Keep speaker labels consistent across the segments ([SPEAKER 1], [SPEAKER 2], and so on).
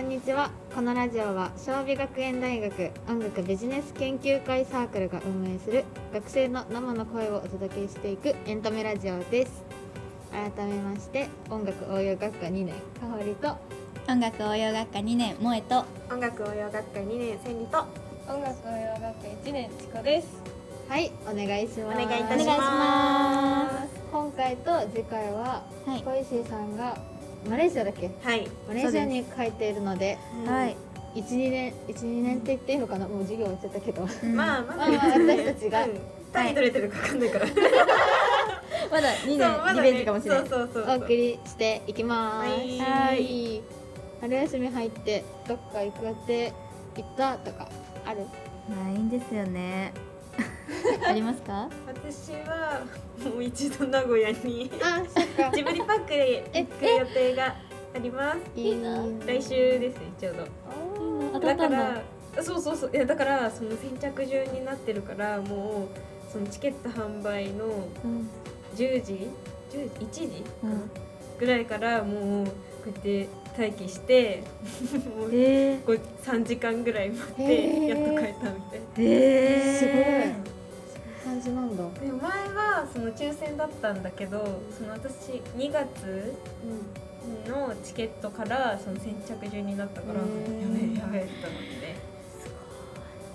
[SPEAKER 1] んにちはこのラジオは昭美学園大学音楽ビジネス研究会サークルが運営する学生の生の声をお届けしていくエンタメラジオです改めまして音楽応用学科2年かほりと
[SPEAKER 2] 音楽応用学科2年萌えと
[SPEAKER 3] 音楽応用学科2年千里と
[SPEAKER 4] 音楽応用学科1年チコです
[SPEAKER 1] はいお願いします
[SPEAKER 3] お願いいたし
[SPEAKER 2] お願いしま
[SPEAKER 3] ます
[SPEAKER 1] 今回と次回は、
[SPEAKER 2] はい
[SPEAKER 1] 小石さんがマレーシアだっけ
[SPEAKER 3] はい
[SPEAKER 1] マレーシアに帰っているので
[SPEAKER 2] はい、
[SPEAKER 1] 12年12年って言っていいのかなもう授業終わっちゃったけど
[SPEAKER 2] うん
[SPEAKER 3] まあまあ
[SPEAKER 1] まあまあ私たちが
[SPEAKER 3] うん単位取れてるか分かんないから
[SPEAKER 2] まだ2年リベンジかもしれない
[SPEAKER 3] そうそうそう
[SPEAKER 1] お送りしていきます
[SPEAKER 3] はい
[SPEAKER 1] はい春休み入ってどっか行く予定行ったとかある
[SPEAKER 2] ないんですよね ありますか
[SPEAKER 3] 私はもう一度名古屋に
[SPEAKER 1] あそっか
[SPEAKER 3] ジブリパックへ行く予定があります
[SPEAKER 1] いいな
[SPEAKER 3] 来週ですねちょうど
[SPEAKER 2] 当た
[SPEAKER 3] だ
[SPEAKER 2] った
[SPEAKER 3] か
[SPEAKER 2] んだ
[SPEAKER 3] らそうそうそういやだからその先着順になってるからもうそのチケット販売の
[SPEAKER 2] うん
[SPEAKER 3] 10時10時1時
[SPEAKER 2] う
[SPEAKER 3] かな、
[SPEAKER 2] ん
[SPEAKER 3] ぐらいからもうこうやって待機して もう
[SPEAKER 2] え
[SPEAKER 3] こう3時間ぐらい待っ
[SPEAKER 1] へー
[SPEAKER 3] てやっと帰ったみたいな。
[SPEAKER 2] ー、え
[SPEAKER 1] すごい
[SPEAKER 2] ー、
[SPEAKER 1] 感じなんだう
[SPEAKER 3] で前はその抽選だったんだけどその私2月
[SPEAKER 1] ん
[SPEAKER 3] のチケットからその先着順になったから
[SPEAKER 1] へ
[SPEAKER 3] や
[SPEAKER 1] ー
[SPEAKER 3] べえやべえと思っ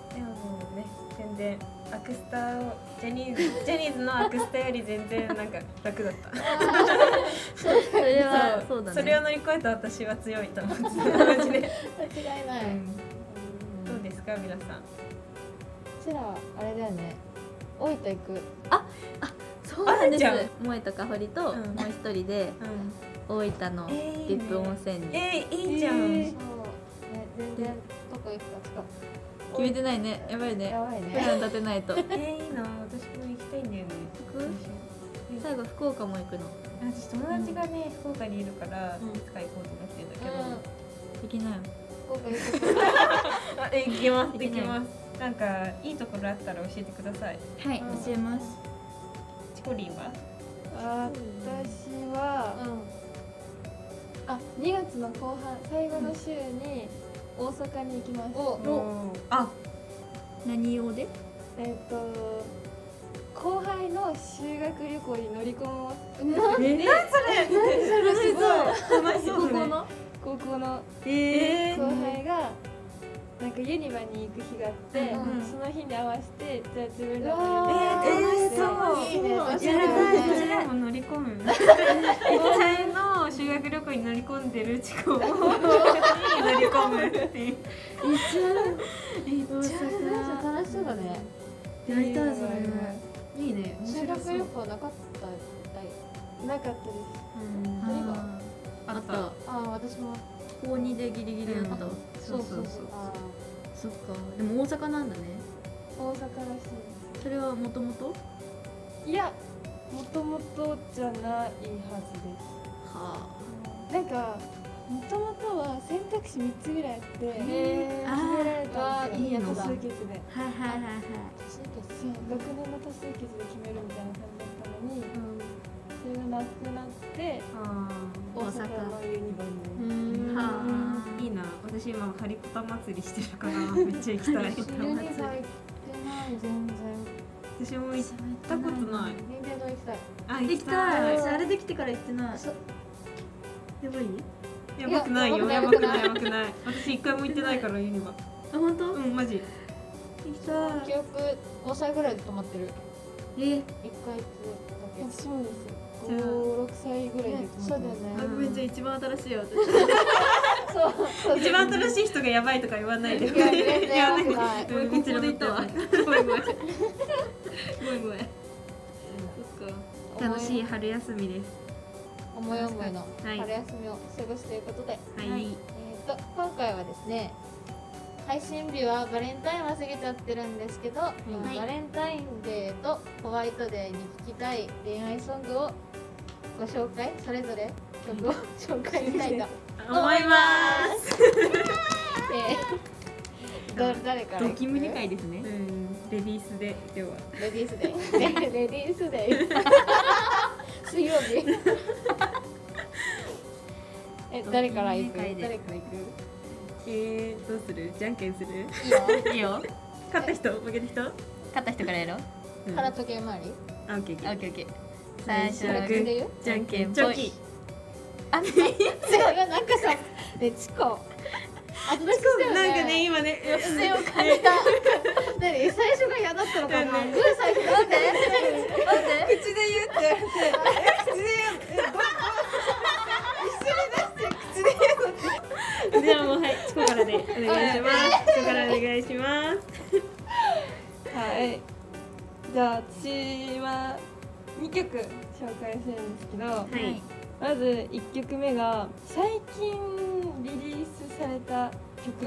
[SPEAKER 3] てでももうね全然アクスタをジャニーズジャニーズのアクスタより全然なんか楽だった
[SPEAKER 2] それは
[SPEAKER 3] そ
[SPEAKER 2] そううだね
[SPEAKER 3] それを乗り越えた私は強いと思ってた感じで、
[SPEAKER 1] 間違いない、
[SPEAKER 3] どうですか皆さん
[SPEAKER 1] うちらあれだよね大分行く
[SPEAKER 2] そうなんです
[SPEAKER 3] あるじ
[SPEAKER 2] 萌えとかほりと、
[SPEAKER 3] うん
[SPEAKER 2] もう一人で大分の
[SPEAKER 3] えーいいね
[SPEAKER 2] 別府温泉に、
[SPEAKER 3] えー、いいじゃん、
[SPEAKER 1] そうね全然どこ行くか近
[SPEAKER 2] 決めてないねやばい
[SPEAKER 1] く
[SPEAKER 2] ね
[SPEAKER 1] やばい
[SPEAKER 2] プ
[SPEAKER 1] ね
[SPEAKER 2] ラン立てないと
[SPEAKER 3] えー、いいな私も行きたいんだよね
[SPEAKER 2] 行く最後福岡も行くの
[SPEAKER 3] 私友達がね、福岡にいるから、
[SPEAKER 1] うん
[SPEAKER 3] いつか行こうと思ってるんだけど、
[SPEAKER 1] う
[SPEAKER 2] 行きなよ
[SPEAKER 1] んどこ行くか
[SPEAKER 3] あえ行きます
[SPEAKER 2] で
[SPEAKER 3] 行
[SPEAKER 2] き
[SPEAKER 3] き
[SPEAKER 2] ない
[SPEAKER 3] ますなんかいいところあったら教えてください
[SPEAKER 2] はい
[SPEAKER 1] うん
[SPEAKER 2] 教えます
[SPEAKER 3] チコリンは
[SPEAKER 4] 私は
[SPEAKER 1] うん
[SPEAKER 4] あ2月の後半最後の週に大阪に行きます、
[SPEAKER 1] お
[SPEAKER 3] おあ
[SPEAKER 2] 何用で
[SPEAKER 4] えっ、と後輩の修学旅行に乗り込もう
[SPEAKER 3] え何それ
[SPEAKER 4] す
[SPEAKER 3] 楽し
[SPEAKER 4] ご
[SPEAKER 3] そう
[SPEAKER 4] い高校
[SPEAKER 3] ね
[SPEAKER 4] の高校の
[SPEAKER 3] え
[SPEAKER 4] 後輩がなんかユニバに行く日があって、
[SPEAKER 1] うん
[SPEAKER 3] うん
[SPEAKER 4] その日に合わせてじゃあ自分ら
[SPEAKER 1] う
[SPEAKER 4] も
[SPEAKER 1] わ
[SPEAKER 4] や
[SPEAKER 3] えー、楽し
[SPEAKER 1] いいね
[SPEAKER 3] そう
[SPEAKER 1] 楽し
[SPEAKER 3] や
[SPEAKER 1] そう
[SPEAKER 3] りたい
[SPEAKER 1] ね
[SPEAKER 3] 私らも乗り込むえ後輩の修学旅行に乗り込んでるチコ を乗
[SPEAKER 1] 行っちゃ
[SPEAKER 3] り込むっていう
[SPEAKER 1] う
[SPEAKER 2] 大阪
[SPEAKER 1] 楽しそうだね
[SPEAKER 2] やり たいそれ
[SPEAKER 1] いいね
[SPEAKER 4] 修学旅
[SPEAKER 1] う
[SPEAKER 4] 行なかったなかったです
[SPEAKER 1] ん
[SPEAKER 2] あーあ
[SPEAKER 3] あっ
[SPEAKER 2] ったた
[SPEAKER 4] ああ私も
[SPEAKER 2] 高2でギリギリやったわ
[SPEAKER 3] そうそうそう
[SPEAKER 4] あ
[SPEAKER 2] そっかでも大阪なんだね
[SPEAKER 4] ー大阪らし
[SPEAKER 2] それはもともと
[SPEAKER 4] いいやもともとじゃないはずで
[SPEAKER 2] は
[SPEAKER 4] すなんかもともとは選択肢3つぐらいあって決め
[SPEAKER 1] へ
[SPEAKER 2] あ
[SPEAKER 4] られたんですよ
[SPEAKER 1] いいや
[SPEAKER 4] 多
[SPEAKER 1] つだ
[SPEAKER 4] 数決で
[SPEAKER 2] あはいはいはいはい
[SPEAKER 4] そう学年の多数決で決めるみたいな感じだったのにそれがなくなって
[SPEAKER 3] あ
[SPEAKER 4] 大
[SPEAKER 2] 大阪
[SPEAKER 4] 阪のユニバ
[SPEAKER 1] う
[SPEAKER 4] に
[SPEAKER 1] ん
[SPEAKER 2] はあ
[SPEAKER 3] ーいいな私今ハリポタ祭りしてるからめっちゃ 行きた
[SPEAKER 1] ユ
[SPEAKER 3] い
[SPEAKER 1] ニバ行ってない全然
[SPEAKER 3] 私も行ったことない
[SPEAKER 1] 任天堂行きたい
[SPEAKER 3] あ
[SPEAKER 2] 行きたい
[SPEAKER 3] 行き
[SPEAKER 2] 私あれできてから行ってない
[SPEAKER 1] そ
[SPEAKER 2] やばい
[SPEAKER 3] たいやばくない
[SPEAKER 1] い
[SPEAKER 3] よ
[SPEAKER 1] やや
[SPEAKER 3] やば
[SPEAKER 1] ば
[SPEAKER 3] く
[SPEAKER 1] くな
[SPEAKER 3] ないいやばくない私一回も行ってないからユニバ
[SPEAKER 2] あ本当
[SPEAKER 3] うんマ
[SPEAKER 2] 行
[SPEAKER 3] ジ
[SPEAKER 2] きたい
[SPEAKER 1] 記憶5歳ぐらいで止まってる一回
[SPEAKER 2] え
[SPEAKER 1] ずつ
[SPEAKER 4] 私もです
[SPEAKER 3] じゃあ
[SPEAKER 4] 56歳ぐ
[SPEAKER 1] だ
[SPEAKER 4] ら
[SPEAKER 1] け
[SPEAKER 4] い
[SPEAKER 1] ね
[SPEAKER 4] で
[SPEAKER 1] そうだよね
[SPEAKER 2] あごめんじゃあ一番新しいよ私
[SPEAKER 1] そうそう
[SPEAKER 3] 一番新しい人がやばいとか言わないで
[SPEAKER 1] いや全 然やばくない
[SPEAKER 3] 言わ
[SPEAKER 2] 俺高校で行ったわ
[SPEAKER 3] ごめんごめん
[SPEAKER 2] ごめんごめんそっか
[SPEAKER 3] 楽しい春休みです
[SPEAKER 1] 思い思いの
[SPEAKER 3] はい
[SPEAKER 1] 春休みを過ごすということで
[SPEAKER 3] はい、
[SPEAKER 2] はい
[SPEAKER 1] えー、と今回はですね配信日はバレンタインは過ぎちゃってるんですけど、
[SPEAKER 2] い
[SPEAKER 1] バレンタインデーとホワイトデーに聴きたい恋愛ソングをご紹介それぞれ曲を紹介したいと、
[SPEAKER 3] 思います
[SPEAKER 1] えー、ど誰から
[SPEAKER 2] ドキムニ会です
[SPEAKER 3] う
[SPEAKER 2] ね
[SPEAKER 3] んレディースで今日は
[SPEAKER 1] レディースデーレレディースデー 水曜日え誰から行く
[SPEAKER 2] ドキムニ会で
[SPEAKER 1] 誰から行く
[SPEAKER 3] えー、どうするじゃんけんする
[SPEAKER 2] いいよ
[SPEAKER 3] 勝った人負けた人、う
[SPEAKER 2] 勝った人からやろう
[SPEAKER 3] ん、
[SPEAKER 1] から
[SPEAKER 3] あ
[SPEAKER 1] 時計回り
[SPEAKER 3] オッケーオッケ
[SPEAKER 2] オ
[SPEAKER 3] ー
[SPEAKER 2] ッケーオッケー最初
[SPEAKER 1] こ
[SPEAKER 2] は
[SPEAKER 1] れ
[SPEAKER 2] グ
[SPEAKER 1] 組んで
[SPEAKER 2] ー
[SPEAKER 1] る
[SPEAKER 3] じゃんけん
[SPEAKER 2] じ
[SPEAKER 3] チ
[SPEAKER 2] ゃん
[SPEAKER 3] ョ
[SPEAKER 2] けんぽい
[SPEAKER 3] キ
[SPEAKER 2] あね
[SPEAKER 1] 違うよなんかさねチコ後出ししたよね
[SPEAKER 3] なんかね今 ね
[SPEAKER 2] 不正を感
[SPEAKER 1] なん
[SPEAKER 2] じ
[SPEAKER 1] か何最初が嫌だったのかな、
[SPEAKER 3] だよね
[SPEAKER 1] グー最初だって
[SPEAKER 2] なんで
[SPEAKER 4] 口で言うって言われてえ口で言うえど
[SPEAKER 3] じゃあもうはいチコからでお願いしますチコからお願いします
[SPEAKER 4] はいじゃあ私は2曲紹介するんですけど、
[SPEAKER 3] はい
[SPEAKER 4] まず1曲目が最近リリースされた曲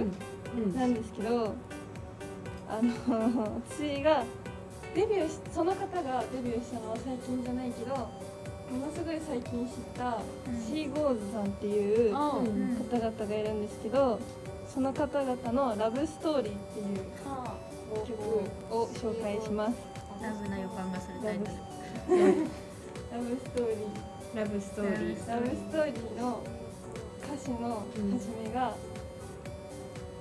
[SPEAKER 3] うん
[SPEAKER 4] なんですけど、あの 私がデビューしその方がデビューしたのは最近じゃないけどものすごい最近知ったシーゴーズさんっていう方
[SPEAKER 1] うん
[SPEAKER 2] ん
[SPEAKER 4] 々がいるんですけどその方々の「ラブストーリー」っていう曲を紹介します。
[SPEAKER 2] ラブな予感がするタイトル
[SPEAKER 4] ラブストーリー
[SPEAKER 3] ラブストーリー
[SPEAKER 4] ラブストーリーの歌詞の始めが、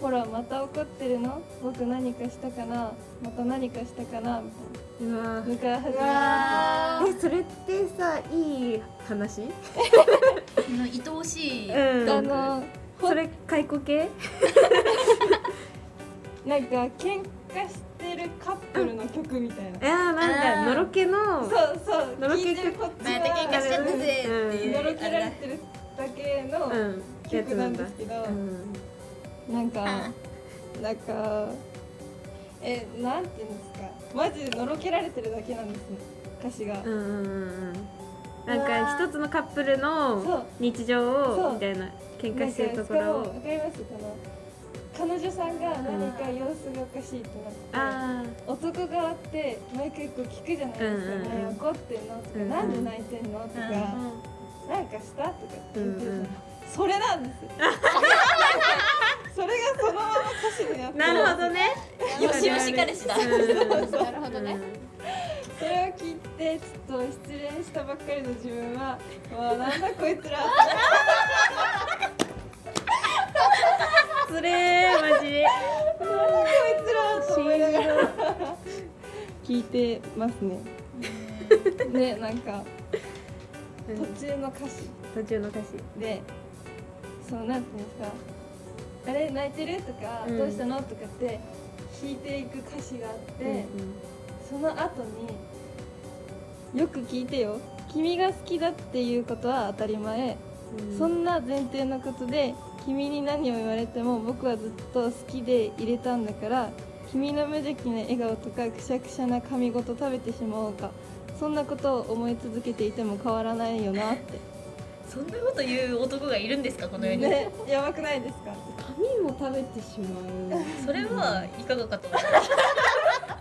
[SPEAKER 4] ほらまた怒ってるの僕何かしたかなまた何かしたかなみ
[SPEAKER 3] うわ
[SPEAKER 4] たいなから始め
[SPEAKER 2] わ
[SPEAKER 3] えそれってさいい話
[SPEAKER 2] ーの愛おしい
[SPEAKER 4] あ
[SPEAKER 3] うん
[SPEAKER 4] の
[SPEAKER 3] それ解雇系
[SPEAKER 4] なんか喧嘩してるカップルの曲みたいな、
[SPEAKER 3] あー
[SPEAKER 2] あー
[SPEAKER 3] なんかのろけの
[SPEAKER 4] そうそう
[SPEAKER 3] のろけ
[SPEAKER 4] 聞いてるこっち
[SPEAKER 2] また喧嘩し
[SPEAKER 4] は
[SPEAKER 2] ちゃったぜっていう
[SPEAKER 4] のろけられてるだけ
[SPEAKER 3] う
[SPEAKER 4] の
[SPEAKER 3] んやつ
[SPEAKER 4] 曲
[SPEAKER 3] な
[SPEAKER 4] なんん
[SPEAKER 3] だ
[SPEAKER 4] ですけど、
[SPEAKER 3] うん
[SPEAKER 4] なんか
[SPEAKER 2] あ
[SPEAKER 4] なんかえなんていうんですかマジでのろけられてるだけなんですよ歌詞が。
[SPEAKER 3] うんうんうんなんか一つのカップル
[SPEAKER 4] そ
[SPEAKER 3] の
[SPEAKER 4] う
[SPEAKER 3] 日常
[SPEAKER 4] そ
[SPEAKER 3] を
[SPEAKER 4] う
[SPEAKER 3] みたいな喧
[SPEAKER 4] な
[SPEAKER 3] 嘩
[SPEAKER 4] ん
[SPEAKER 3] して
[SPEAKER 4] か
[SPEAKER 3] るところ
[SPEAKER 4] しかもわ
[SPEAKER 3] を
[SPEAKER 4] かりますこの彼女さんが何か様子がおかしいってなって、
[SPEAKER 3] あ
[SPEAKER 4] 男側って毎回こう聞くじゃないですか、
[SPEAKER 3] うんうんうん
[SPEAKER 4] ね怒ってんのとか、
[SPEAKER 3] うんうん
[SPEAKER 4] なんで泣いてんのとか、
[SPEAKER 2] うん
[SPEAKER 4] なんかしたとかって言ってるじゃん、
[SPEAKER 3] うんうん
[SPEAKER 4] それなんですよそれがそのまま歌詞になっ
[SPEAKER 3] あ
[SPEAKER 4] て
[SPEAKER 3] なるほどね
[SPEAKER 2] よしよし彼氏だ
[SPEAKER 3] うん
[SPEAKER 1] なるほどね
[SPEAKER 4] それを聞いてちょっと失恋したばっかりの自分はうわなんだこいつら
[SPEAKER 3] それマジで
[SPEAKER 4] こいつらと思いながら聞いてますね。でなんか
[SPEAKER 3] う
[SPEAKER 4] 途
[SPEAKER 3] ん
[SPEAKER 4] 中の歌詞
[SPEAKER 3] 途中の歌詞
[SPEAKER 4] でそうなんていうんですか「あれ泣いてる?」とか、
[SPEAKER 3] うん
[SPEAKER 4] どうしたの?」とかって弾いていく歌詞があって、その後によく聞いてよ君が好きだっていうことは当たり前、そんな前提のことで君に何を言われても僕はずっと好きで入れたんだから君の無邪気な笑顔とかくしゃくしゃな髪ごと食べてしまおうかそんなことを思い続けていても変わらないよなって
[SPEAKER 2] そんなこと言う男がいるんですかこの世に
[SPEAKER 4] ねやばくないですか
[SPEAKER 3] 髪も食べてしまう
[SPEAKER 2] それはいかがかと思う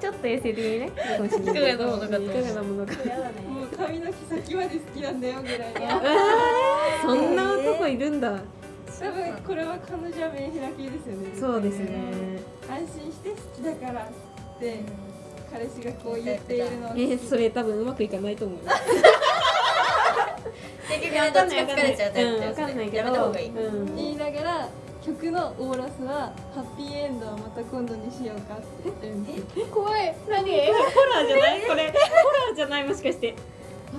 [SPEAKER 3] ちょっと衛生的にねかもしれない
[SPEAKER 2] いかがなものかと
[SPEAKER 3] いかがなものか
[SPEAKER 4] もう髪の毛先まで好きなんだよぐらいの
[SPEAKER 3] そんな男いるんだ
[SPEAKER 4] 多分これは彼女は目開きですよね
[SPEAKER 3] そうですね
[SPEAKER 4] 安心して好きだからって彼氏がこう言っているのを
[SPEAKER 3] えーそれ多分うまくいかないと思う
[SPEAKER 2] 結局ねどっちが疲れちゃうタイプだよ
[SPEAKER 3] わかんないけど
[SPEAKER 2] やめた方がいい
[SPEAKER 3] うん
[SPEAKER 4] 言いながら曲のオーラスはハッピーエンドはまた今度にしようかって言ってるんですよ
[SPEAKER 1] 怖い何
[SPEAKER 3] ホラーじゃないこれホラーじゃないもしかして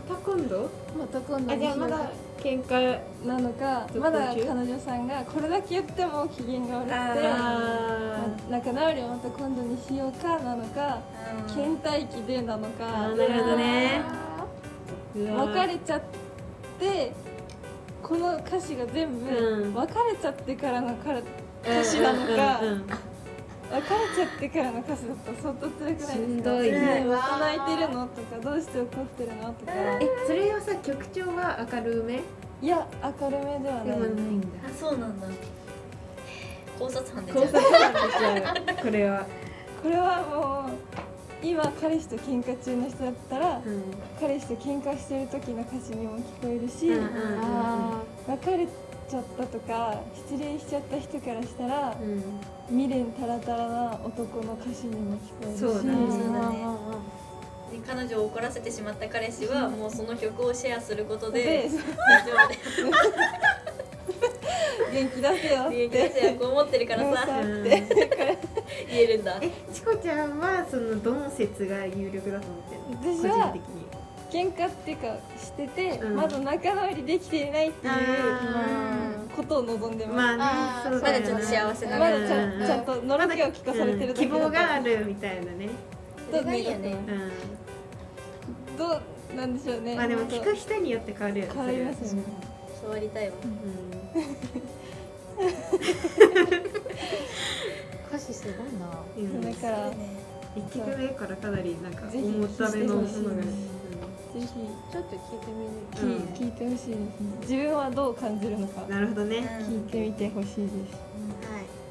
[SPEAKER 3] また今度
[SPEAKER 4] また今度
[SPEAKER 3] あ
[SPEAKER 4] に
[SPEAKER 3] じゃ
[SPEAKER 4] しよ
[SPEAKER 3] あ
[SPEAKER 4] う
[SPEAKER 3] ま
[SPEAKER 4] か
[SPEAKER 3] だ喧嘩
[SPEAKER 4] なのか
[SPEAKER 3] 続行中
[SPEAKER 4] まだ彼女さんがこれだけ言っても機嫌が悪くて
[SPEAKER 3] あ
[SPEAKER 4] ま仲直りはまた今度にしようかなのか倦怠期でなのか
[SPEAKER 3] あーなるほどねーうわー
[SPEAKER 4] 別れちゃってこの歌詞が全部
[SPEAKER 3] うん
[SPEAKER 4] 別れちゃってからの彼歌詞なのか
[SPEAKER 3] うんうんうん
[SPEAKER 4] 別れちゃってからの歌詞だと相当辛くないですか
[SPEAKER 3] しんどい
[SPEAKER 4] ね
[SPEAKER 3] ね
[SPEAKER 4] また泣いてるのとかどうして怒ってるのとか
[SPEAKER 3] えそれはさ曲調は明るめ
[SPEAKER 4] いや明るめでは
[SPEAKER 3] で
[SPEAKER 4] な
[SPEAKER 3] も
[SPEAKER 4] い
[SPEAKER 3] ないんだ
[SPEAKER 2] あそうなんだ考察班でじゃ
[SPEAKER 3] 考察なんですよこれは
[SPEAKER 4] これはもう今彼氏と喧嘩中の人だったら
[SPEAKER 3] うん
[SPEAKER 4] 彼氏と喧嘩してる時の歌詞にも聞こえるし
[SPEAKER 3] うんうん
[SPEAKER 1] あ
[SPEAKER 4] 別れちゃったとか失恋しちゃった人からしたら
[SPEAKER 3] うん
[SPEAKER 4] 未練たらたらな男の歌詞にも聞こえるし
[SPEAKER 3] そうだね
[SPEAKER 1] ー
[SPEAKER 2] そうだね
[SPEAKER 1] う
[SPEAKER 2] 彼女を怒らせてしまった彼氏はもうその曲をシェアすることで
[SPEAKER 4] で
[SPEAKER 2] 非常に
[SPEAKER 4] 元気出せよ って
[SPEAKER 5] 利益出せよこう思ってるからさ
[SPEAKER 2] うん
[SPEAKER 5] 言えるんだ
[SPEAKER 3] えチコちゃんはそのどの説が有力だと思ってるの
[SPEAKER 4] 私
[SPEAKER 3] 個人
[SPEAKER 4] は
[SPEAKER 3] 的に
[SPEAKER 4] 喧嘩っていうかしてて、
[SPEAKER 3] うん
[SPEAKER 4] まだ仲直りできていないっていう
[SPEAKER 3] あ
[SPEAKER 4] ことを望んでます、
[SPEAKER 3] まあ
[SPEAKER 1] あー
[SPEAKER 3] ねそう
[SPEAKER 5] ま
[SPEAKER 3] だよね
[SPEAKER 5] だちょっと幸せ
[SPEAKER 4] ま
[SPEAKER 5] な
[SPEAKER 4] だちゃ,、
[SPEAKER 3] うんうん
[SPEAKER 4] ちゃんとのろけを聞かされてるだけ
[SPEAKER 3] 希望があ
[SPEAKER 4] る
[SPEAKER 3] るみたいなね
[SPEAKER 5] それがいいよね
[SPEAKER 3] う
[SPEAKER 4] どうなんでしょうね
[SPEAKER 3] んまあでも聞く人によって変わるよね
[SPEAKER 4] 変わりますよね
[SPEAKER 5] そうありたいわ
[SPEAKER 1] 歌詞すごいな
[SPEAKER 3] それはうんうん
[SPEAKER 4] だからぜ
[SPEAKER 3] 一曲目からかなりなんか
[SPEAKER 4] ぜひ
[SPEAKER 3] 重ためのものが
[SPEAKER 4] ぜひ
[SPEAKER 5] ちょっと聞いてみる
[SPEAKER 4] き聞いてほしいですね自分はどう感じるのか
[SPEAKER 3] うんなるほどね
[SPEAKER 4] 聞いてみてほしいです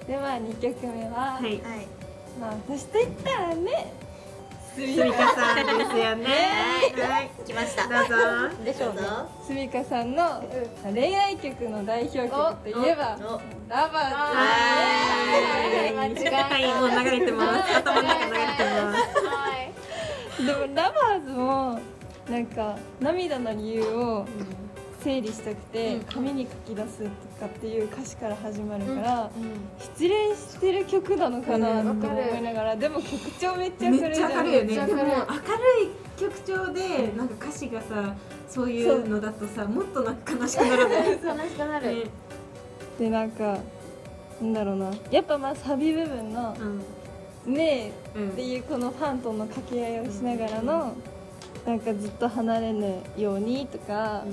[SPEAKER 4] でまあ2曲目は、
[SPEAKER 3] はい
[SPEAKER 5] はい
[SPEAKER 4] まあ私と言ったらね
[SPEAKER 3] すみかさんですよねはい
[SPEAKER 5] 来ました
[SPEAKER 3] どうぞ
[SPEAKER 5] でしょうね
[SPEAKER 4] すみかさんのまあ恋愛曲の代表曲といえば
[SPEAKER 5] お
[SPEAKER 4] 「ラバーズ」
[SPEAKER 1] 間違
[SPEAKER 3] はい
[SPEAKER 1] えた
[SPEAKER 3] はいもう流れてます頭の中流れてます
[SPEAKER 1] はい
[SPEAKER 4] でもラバーズもなんか涙の理由を整理したくて紙に書き出すとかっていう歌詞から始まるから失恋してる曲なのかなって思いながらでも曲調めっちゃ
[SPEAKER 3] め
[SPEAKER 4] 明
[SPEAKER 3] っ
[SPEAKER 4] るい
[SPEAKER 3] ち
[SPEAKER 4] じ
[SPEAKER 3] ゃ
[SPEAKER 4] ゃ
[SPEAKER 3] 明
[SPEAKER 4] ん
[SPEAKER 3] るいよねでも明るい曲調でなんか歌詞がさそういうのだとさもっとなんか悲しくなるね
[SPEAKER 1] 悲しくなる
[SPEAKER 3] ね
[SPEAKER 4] でなんかなんだろうなやっぱまあサビ部分の
[SPEAKER 3] うん
[SPEAKER 4] 「ね
[SPEAKER 3] うん
[SPEAKER 4] え」っていうこのファンとの掛け合いをしながらのなんかずっと離れぬようにとか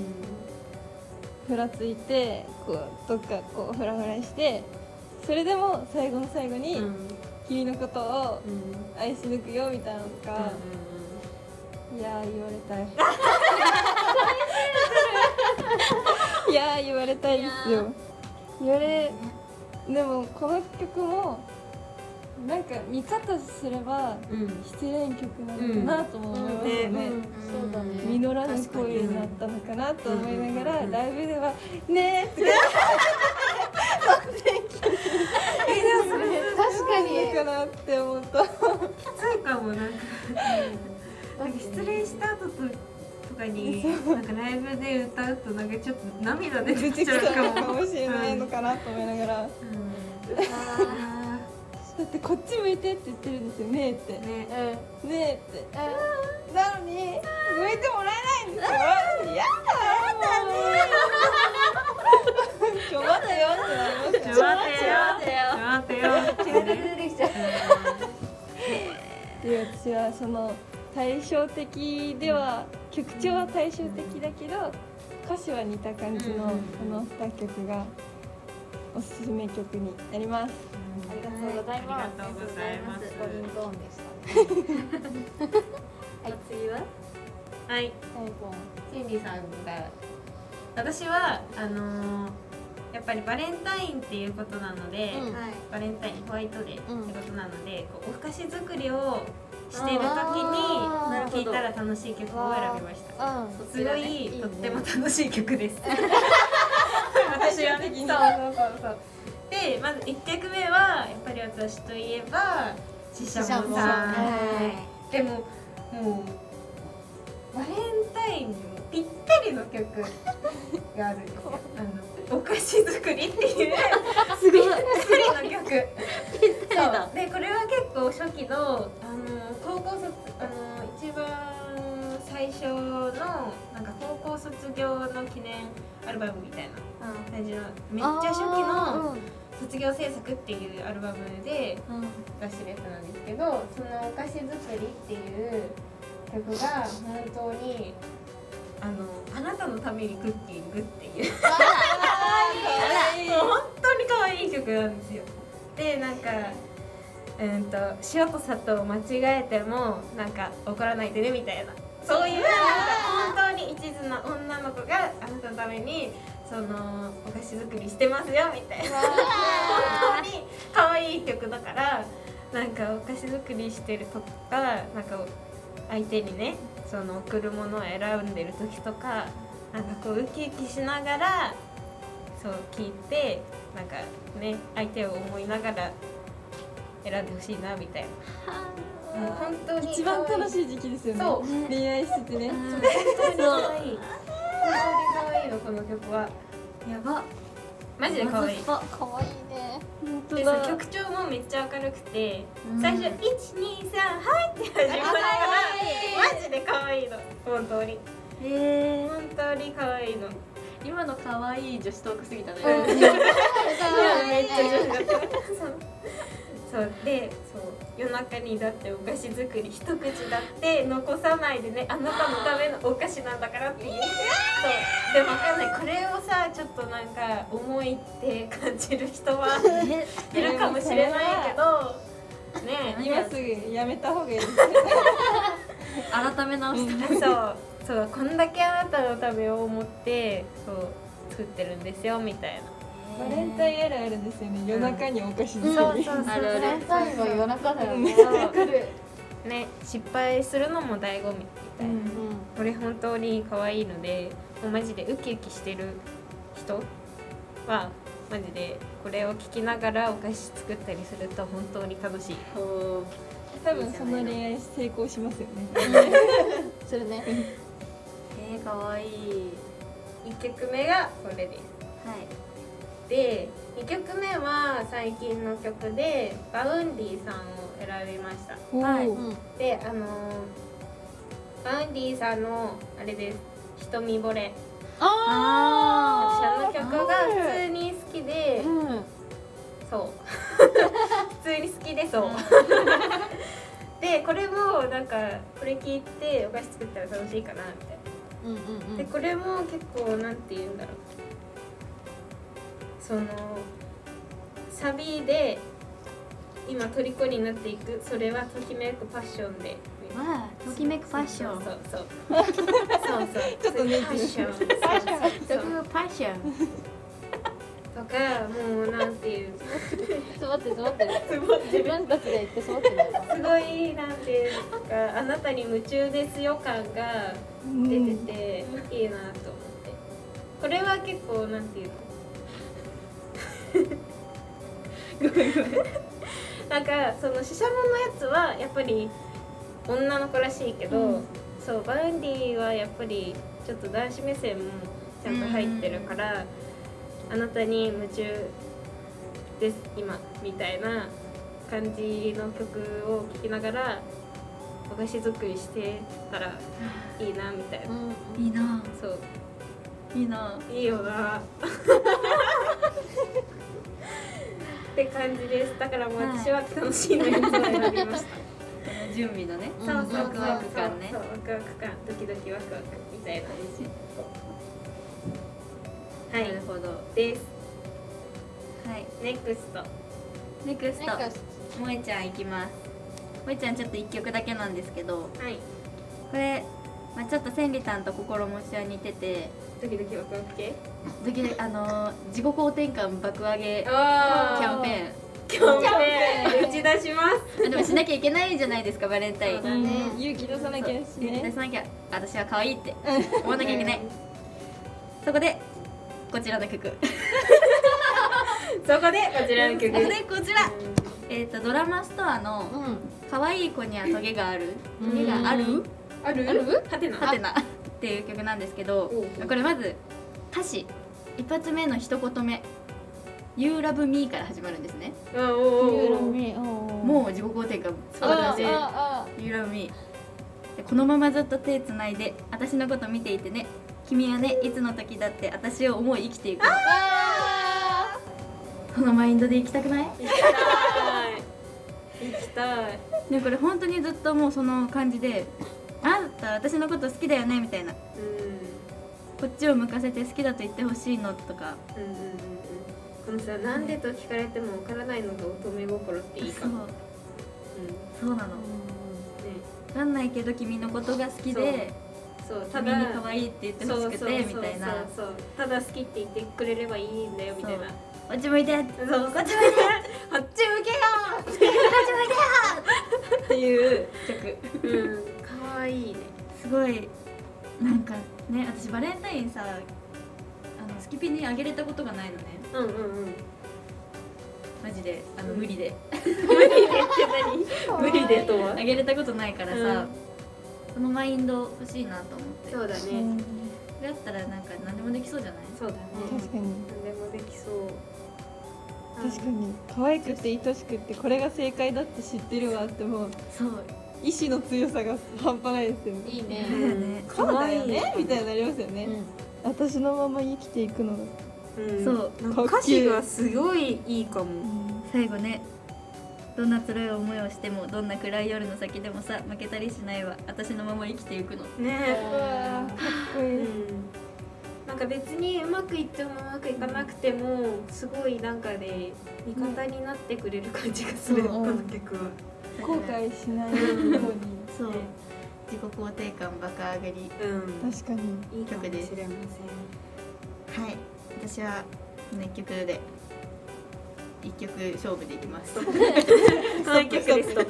[SPEAKER 4] ふらついてこうどっかこうふらふらしてそれでも最後の最後に
[SPEAKER 3] うん
[SPEAKER 4] 君のことを
[SPEAKER 3] うんうん
[SPEAKER 4] 愛し抜くよみたいなのとか、いやー言われ たい いやー言われたいですよ言われでもこの曲もなんか見方すれば
[SPEAKER 3] うんうん
[SPEAKER 4] 失恋曲なのかなとも思いますよね、
[SPEAKER 3] うん
[SPEAKER 1] そうだね
[SPEAKER 4] 実らぬ恋になったのかなと思いながら、
[SPEAKER 3] うん
[SPEAKER 4] ライブでは「ねえ」
[SPEAKER 1] 確かに
[SPEAKER 4] そうなのかなって思う
[SPEAKER 3] そ
[SPEAKER 4] と
[SPEAKER 3] うかもなんかなんか失恋した後ととかになんかライブで歌うとなんかちょっと涙出て
[SPEAKER 4] 出
[SPEAKER 3] き
[SPEAKER 4] てき
[SPEAKER 3] ちゃう
[SPEAKER 4] た の
[SPEAKER 3] か
[SPEAKER 4] か
[SPEAKER 3] も
[SPEAKER 4] もしれないのかなと思いながら、だ
[SPEAKER 3] あ
[SPEAKER 4] ってこっち向いてって言ってるんですよ「ねえ」って
[SPEAKER 3] ーね
[SPEAKER 4] 「ねえ」って、なのに向いてもらえないんですよ「やだね」ちょ待てよってなりますよ
[SPEAKER 3] ちょ待てよちょ待てよ
[SPEAKER 4] で私はその対照的では曲調は対照的だけど歌詞は似た感じのこの2曲がおすすめ曲になります
[SPEAKER 1] ありがとうございます
[SPEAKER 3] ありがとうございます
[SPEAKER 1] ボリントーンでしたね
[SPEAKER 5] 次は
[SPEAKER 3] はい
[SPEAKER 5] ジェニーさんが
[SPEAKER 3] 私はあのーやっぱりバレンタインっていうことなので、
[SPEAKER 1] うん
[SPEAKER 5] はい
[SPEAKER 3] バレンタインホワイトデー
[SPEAKER 1] うん
[SPEAKER 3] ってことなので、こうお菓子作りをしている時に
[SPEAKER 1] あー
[SPEAKER 5] なるほど
[SPEAKER 3] 聴いたら楽しい曲を選びました
[SPEAKER 1] うん
[SPEAKER 5] そ
[SPEAKER 3] す
[SPEAKER 5] ち
[SPEAKER 3] ご
[SPEAKER 5] ら
[SPEAKER 3] い
[SPEAKER 5] ね
[SPEAKER 3] とっても楽しい曲です私はねそうそうそうそうでまず1曲目はやっぱり私といえばシシャモンさんはいでももうバレンタインにもぴったりの曲があるんですよあのお菓子作りっていうすごいぴったりの曲そうでこれは結構初期のあの高校卒あの一番最初のなんか高校卒業の記念アルバムみたいな感じのめっちゃ初期の卒業制作っていうアルバムで出してるやつなんですけどその「お菓子作り」っていう曲が本当にあの「あなたのためにクッキング」っていうもう 本当に可愛い曲なんですよでなんかうんと塩と砂糖を間違えてもなんか怒らないでねみたいなそういうなんか本当に一途な女の子があなたのためにそのお菓子作りしてますよみたいな本当に可愛い曲だからなんかお菓子作りしてるとかなんか相手にねその贈るものを選んでる時とかなんかこうウキウキしながらそう聞いてなんかね相手を思いながら選んでほしいなみたいなもう本当に
[SPEAKER 4] 一番楽
[SPEAKER 3] い
[SPEAKER 4] しい時期ですよね
[SPEAKER 3] そう
[SPEAKER 4] 恋愛しててね
[SPEAKER 3] 本当に可愛い本当に可愛いのこの曲はやばマジで可愛い
[SPEAKER 5] 可愛いね
[SPEAKER 4] 本当
[SPEAKER 3] でその
[SPEAKER 4] だ
[SPEAKER 3] 曲調もめっちゃ明るくて、
[SPEAKER 2] うん
[SPEAKER 3] 最初123はいって始まりながらマジで可愛いの本当に
[SPEAKER 2] え
[SPEAKER 3] 本当に可愛いの
[SPEAKER 5] 今の可愛い女子トークすぎたね
[SPEAKER 3] めっちゃ上手だったそうでそう夜中にだってお菓子作り一口だって残さないでねあなたのためのお菓子なんだからって言ってそうでも分かんないこれをさちょっとなんか思いって感じる人は
[SPEAKER 2] え
[SPEAKER 3] いるかもしれないけどねえ
[SPEAKER 4] 今すぐやめた方がいいです
[SPEAKER 2] 改め直した
[SPEAKER 3] そうそうこんだけあなたのためを思ってそう作ってるんですよみたいな
[SPEAKER 4] バレンタインあるあるですよね夜中にお菓子作り、
[SPEAKER 3] そうそうそう
[SPEAKER 2] あるある
[SPEAKER 5] 最後夜中だよね
[SPEAKER 3] ね失敗するのも醍醐味みたいな、これ本当に可愛いのでもうマジでウキウキしてる人はマジでこれを聞きながらお菓子作ったりすると本当に楽しい
[SPEAKER 4] 多分その恋愛成功しますよね
[SPEAKER 5] するね
[SPEAKER 3] えー、かわいい1曲目がこれです
[SPEAKER 2] はい
[SPEAKER 3] で2曲目は最近の曲でバウンディさんを選びました
[SPEAKER 4] はい
[SPEAKER 3] であのーバウンディさんのあれです「瞳惚れ」私あの曲が普通に好きで、そう 普通に好きでそうでこれもなんかこれ聞いてお菓子作ったら楽しいかなみたいなでこれも結構なんて言うんだろうそのサビで今虜になっていくそれはときめくパッションで
[SPEAKER 2] わあときめくファッション
[SPEAKER 3] そ
[SPEAKER 2] と
[SPEAKER 3] う そうそうそうそうちょっとねパッション
[SPEAKER 2] きめくファッション
[SPEAKER 3] とかもうなんていう
[SPEAKER 5] 詰まってる詰まってる自分たちで言って詰まってるよ
[SPEAKER 3] すごいなんていうかあなたに夢中ですよ感が出てて、いいなと思ってこれは結構なんていうのなんかそのシシャモンのやつはやっぱり女の子らしいけど、そうバウンディはやっぱりちょっと男子目線もちゃんと入ってるから、あなたに夢中です今みたいな感じの曲を聴きながらお菓子作りしてたらいいなみたいな、
[SPEAKER 2] いいな
[SPEAKER 3] そう
[SPEAKER 2] いいない
[SPEAKER 3] いよなって感じですだからもう私は楽しいのやつを選びました
[SPEAKER 2] 準備のね
[SPEAKER 3] そうそうそう
[SPEAKER 2] ワクワク感ね
[SPEAKER 3] そうそうワクワク感ドキドキワクワクみたいなは
[SPEAKER 2] ないるほどは
[SPEAKER 3] です
[SPEAKER 2] い
[SPEAKER 3] ネクスト
[SPEAKER 2] ネクス
[SPEAKER 5] なんか
[SPEAKER 2] ト萌えちゃんいきます萌えちゃんちょっと一曲だけなんですけど
[SPEAKER 3] はい
[SPEAKER 2] これ、まあ、ちょっと千里さんと心持ちは似てて
[SPEAKER 3] ドキドキワクワク系
[SPEAKER 2] 時々あのー自己肯定感爆上げキ
[SPEAKER 3] あ
[SPEAKER 2] ャンペーン
[SPEAKER 3] ーキャンペーン打ち出します
[SPEAKER 2] あでもしなきゃいけないじゃないですかバレンタイン
[SPEAKER 3] そうだね
[SPEAKER 4] 勇気出さなきゃし
[SPEAKER 2] 出
[SPEAKER 4] ね
[SPEAKER 2] さなきゃ私は可愛いって思わなきゃいけないそこでこちらの曲そこ
[SPEAKER 3] そこでこちらの曲
[SPEAKER 2] でこちらえっ、とドラマストアの「可愛い子にはトゲがある」「トゲがある?
[SPEAKER 3] あるあるはて」な
[SPEAKER 2] はてなっていう曲なんですけどこれまず歌詞一発目の一言目「You love me」から始まるんですね
[SPEAKER 3] おーおーおー
[SPEAKER 2] もう自己肯定感
[SPEAKER 3] そうだね
[SPEAKER 2] 「You love me」でこのままずっと手つないで私のこと見ていてね君はねいつの時だって私を思い生きていくこのマインドで生きたくない
[SPEAKER 3] 行きたい行きたい
[SPEAKER 2] でこれ本当にずっともうその感じで「あんた私のこと好きだよね」みたいな「こっちを向かせて好きだと言ってほしいの」とか
[SPEAKER 3] うんうんうんうんこのさ「なんで?」と聞かれてもわからないのが乙女心っていいか
[SPEAKER 2] そう
[SPEAKER 3] も、うんね、
[SPEAKER 2] そうなの分かんないけど君のことが好きで
[SPEAKER 3] そうた
[SPEAKER 2] 君
[SPEAKER 3] だ
[SPEAKER 2] に可愛いって言ってほしくてみたいな
[SPEAKER 3] そうそうただ好きって言ってくれればいいんだよみたいな
[SPEAKER 2] そ「こっち向いて」
[SPEAKER 3] そうこっち向けこっち向
[SPEAKER 4] ってい
[SPEAKER 3] け
[SPEAKER 4] う
[SPEAKER 3] ようんかわいいね
[SPEAKER 2] すごいなんかね私バレンタインさあのスキピにあげれたことがないのね
[SPEAKER 3] うんうんうん
[SPEAKER 2] マジであの無理で
[SPEAKER 3] 無理でと
[SPEAKER 2] あ
[SPEAKER 3] は
[SPEAKER 2] げれたことないからさ、
[SPEAKER 3] うん
[SPEAKER 2] そのマインド欲しいなと思って
[SPEAKER 3] そうだね
[SPEAKER 2] れあったらなんか何でもできそうじゃない
[SPEAKER 3] そうだね
[SPEAKER 4] 確かに
[SPEAKER 3] 何でもできそう
[SPEAKER 4] 確かに可愛くて愛しくってこれが正解だって知ってるわってもう
[SPEAKER 2] そう
[SPEAKER 4] 意志の強さが半端ないですよね
[SPEAKER 5] いいね
[SPEAKER 2] だよね
[SPEAKER 4] そうだよねみたいになりますよね、私のまま生きていくのが
[SPEAKER 3] うん
[SPEAKER 2] そう
[SPEAKER 3] なんか歌詞がすごいいいかも
[SPEAKER 2] 最後ねどんな辛い思いをしてもどんな暗い夜の先でもさ負けたりしないわ私のまま生きていくの
[SPEAKER 3] ね
[SPEAKER 4] うわーかっこいい、
[SPEAKER 3] なんか別にうまくいってもうまくいかなくてもすごいなんかで味方になってくれる感じがす
[SPEAKER 2] う
[SPEAKER 3] る、
[SPEAKER 2] ん
[SPEAKER 3] この曲は、
[SPEAKER 4] 後悔しないように
[SPEAKER 2] そう自己肯定感爆上がり
[SPEAKER 3] うん、
[SPEAKER 4] 確かに
[SPEAKER 3] いいかもしれません
[SPEAKER 2] はい私は熱曲で一曲勝負でいきます
[SPEAKER 3] 3曲ですと
[SPEAKER 4] 乗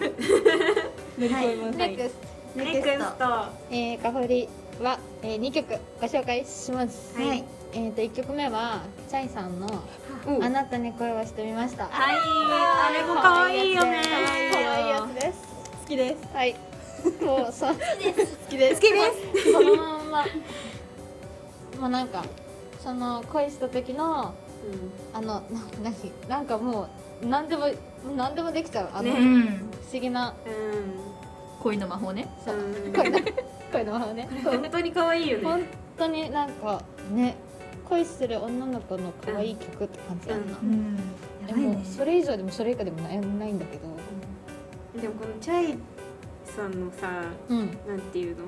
[SPEAKER 4] り越えます、
[SPEAKER 1] ネクスト
[SPEAKER 3] ネクストは
[SPEAKER 1] えー、ガフリは、えー、2曲ご紹介します。
[SPEAKER 3] はい
[SPEAKER 1] えー、と1曲目はチャイさんの「あなたに恋をしてみました」
[SPEAKER 3] いあれも可愛いよね
[SPEAKER 1] 可愛いやつです。
[SPEAKER 4] 好きです
[SPEAKER 1] はい。もうそう
[SPEAKER 3] 好きです好きです
[SPEAKER 1] そのまんま。もうなんかその恋した時のあのななになんかもう何でも何でもできちゃうあの、
[SPEAKER 2] う
[SPEAKER 3] ね
[SPEAKER 2] ん
[SPEAKER 1] 不思議な
[SPEAKER 2] 恋の魔法ね
[SPEAKER 1] そう
[SPEAKER 3] うん
[SPEAKER 1] 恋の恋の方 ね。そう
[SPEAKER 3] 本当に可愛いよね
[SPEAKER 1] 本当になんかね恋する女の子の可愛い曲って感じやんな、
[SPEAKER 2] ん
[SPEAKER 1] でもそれ以上でもそれ以下でもないないんだけど
[SPEAKER 3] でもこのチャイさんのさ
[SPEAKER 1] うん
[SPEAKER 3] なんていうの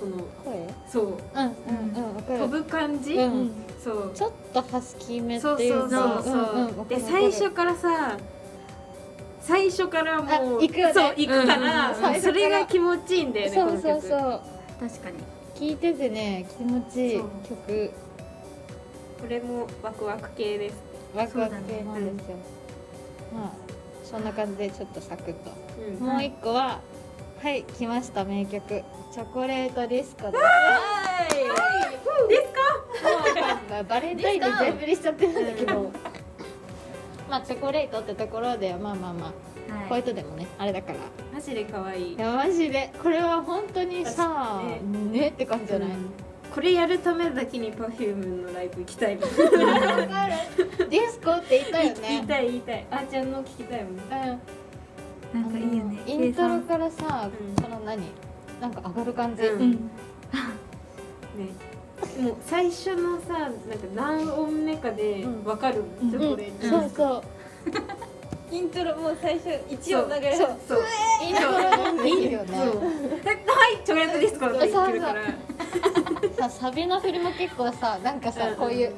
[SPEAKER 3] この
[SPEAKER 1] 声うん
[SPEAKER 3] そう
[SPEAKER 1] うんうんわか
[SPEAKER 3] 飛
[SPEAKER 1] る
[SPEAKER 3] ぶ感じ、
[SPEAKER 1] うん
[SPEAKER 3] そう
[SPEAKER 1] ちょっとハスキーめって
[SPEAKER 3] そう
[SPEAKER 1] い
[SPEAKER 3] そううそうそう、
[SPEAKER 1] んんわか
[SPEAKER 3] で
[SPEAKER 1] る
[SPEAKER 3] 最初からさ最初からもう
[SPEAKER 1] あ行くよね
[SPEAKER 3] そう行くから、
[SPEAKER 1] うんうんうん
[SPEAKER 3] それが気持ちいいんだよね
[SPEAKER 1] そうそう
[SPEAKER 3] こ
[SPEAKER 1] そ
[SPEAKER 3] の曲
[SPEAKER 1] う
[SPEAKER 2] 確かに
[SPEAKER 1] 聞いててね気持ちいい
[SPEAKER 3] そう
[SPEAKER 1] 曲
[SPEAKER 3] これもワクワク系です、
[SPEAKER 1] ワクワク系なんですよ、まあそんな感じでちょっとサクッと
[SPEAKER 3] うん、
[SPEAKER 1] もう一個ははい来ました名曲「チョコレートディスコ」ですまあバレンタインで全振りしちゃってるんだけどまあチョコレートってところでまあまあまあホ
[SPEAKER 2] は
[SPEAKER 1] ワイ
[SPEAKER 2] い
[SPEAKER 1] トでもねあれだからい
[SPEAKER 3] マジで可愛い
[SPEAKER 1] やマジでこれは本当にさ
[SPEAKER 3] 確か
[SPEAKER 1] ねって感じじゃない
[SPEAKER 3] うんこれやるためだけに Perfume のライブ行きたいもん
[SPEAKER 1] わかるディスコって言ったよ
[SPEAKER 3] 言い
[SPEAKER 1] ね
[SPEAKER 3] たい言いたいあーちゃんの聞きたいもん
[SPEAKER 1] うん
[SPEAKER 2] なんかいいよね
[SPEAKER 1] あのイントロ
[SPEAKER 2] 計
[SPEAKER 1] からさ
[SPEAKER 3] うん
[SPEAKER 1] その何なんか上がる感じ
[SPEAKER 3] うん
[SPEAKER 4] うん
[SPEAKER 3] ねもう最初のさなんか何音目かで
[SPEAKER 1] うん
[SPEAKER 3] わかるもん、チ
[SPEAKER 1] う
[SPEAKER 3] ョコレー
[SPEAKER 1] ん
[SPEAKER 3] ト、
[SPEAKER 1] そうそう
[SPEAKER 4] イントロもう最初一音流れ
[SPEAKER 1] そう
[SPEAKER 3] そう
[SPEAKER 1] イントロがいいよね
[SPEAKER 3] そうだはいチョコレートディスコって言ってるか
[SPEAKER 1] さ
[SPEAKER 3] ら
[SPEAKER 1] サビの振りも結構さなんかさこういう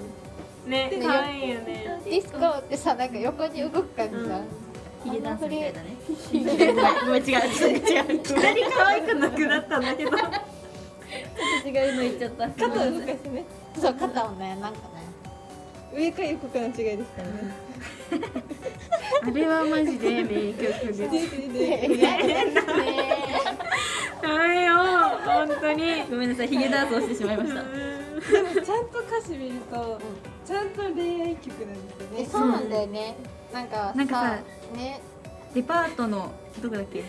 [SPEAKER 1] ね
[SPEAKER 3] ね可愛いよね
[SPEAKER 1] ディスコってさなんか横に動く感じじゃん
[SPEAKER 2] 算ヒゲダンスみたいだね
[SPEAKER 1] ごめん違う違う違う
[SPEAKER 3] いきなり可愛くなくなったんだけど
[SPEAKER 2] 違うの言っちゃった
[SPEAKER 4] 肩を動かしてね
[SPEAKER 1] そう肩をねなんかね
[SPEAKER 4] 上か横かの違いですからね
[SPEAKER 3] あれはマジで名曲です
[SPEAKER 1] でいやいや
[SPEAKER 3] ダメよ本当に
[SPEAKER 2] ごめんなさいヒゲダンスをしてしまいました
[SPEAKER 4] でもちゃんと歌詞見ると、ちゃんと恋愛曲なんですよ
[SPEAKER 1] え
[SPEAKER 4] ね
[SPEAKER 1] そうなんだよねなんか
[SPEAKER 2] なんか
[SPEAKER 1] さ
[SPEAKER 2] さ
[SPEAKER 1] ね
[SPEAKER 2] デパートのどこだっけ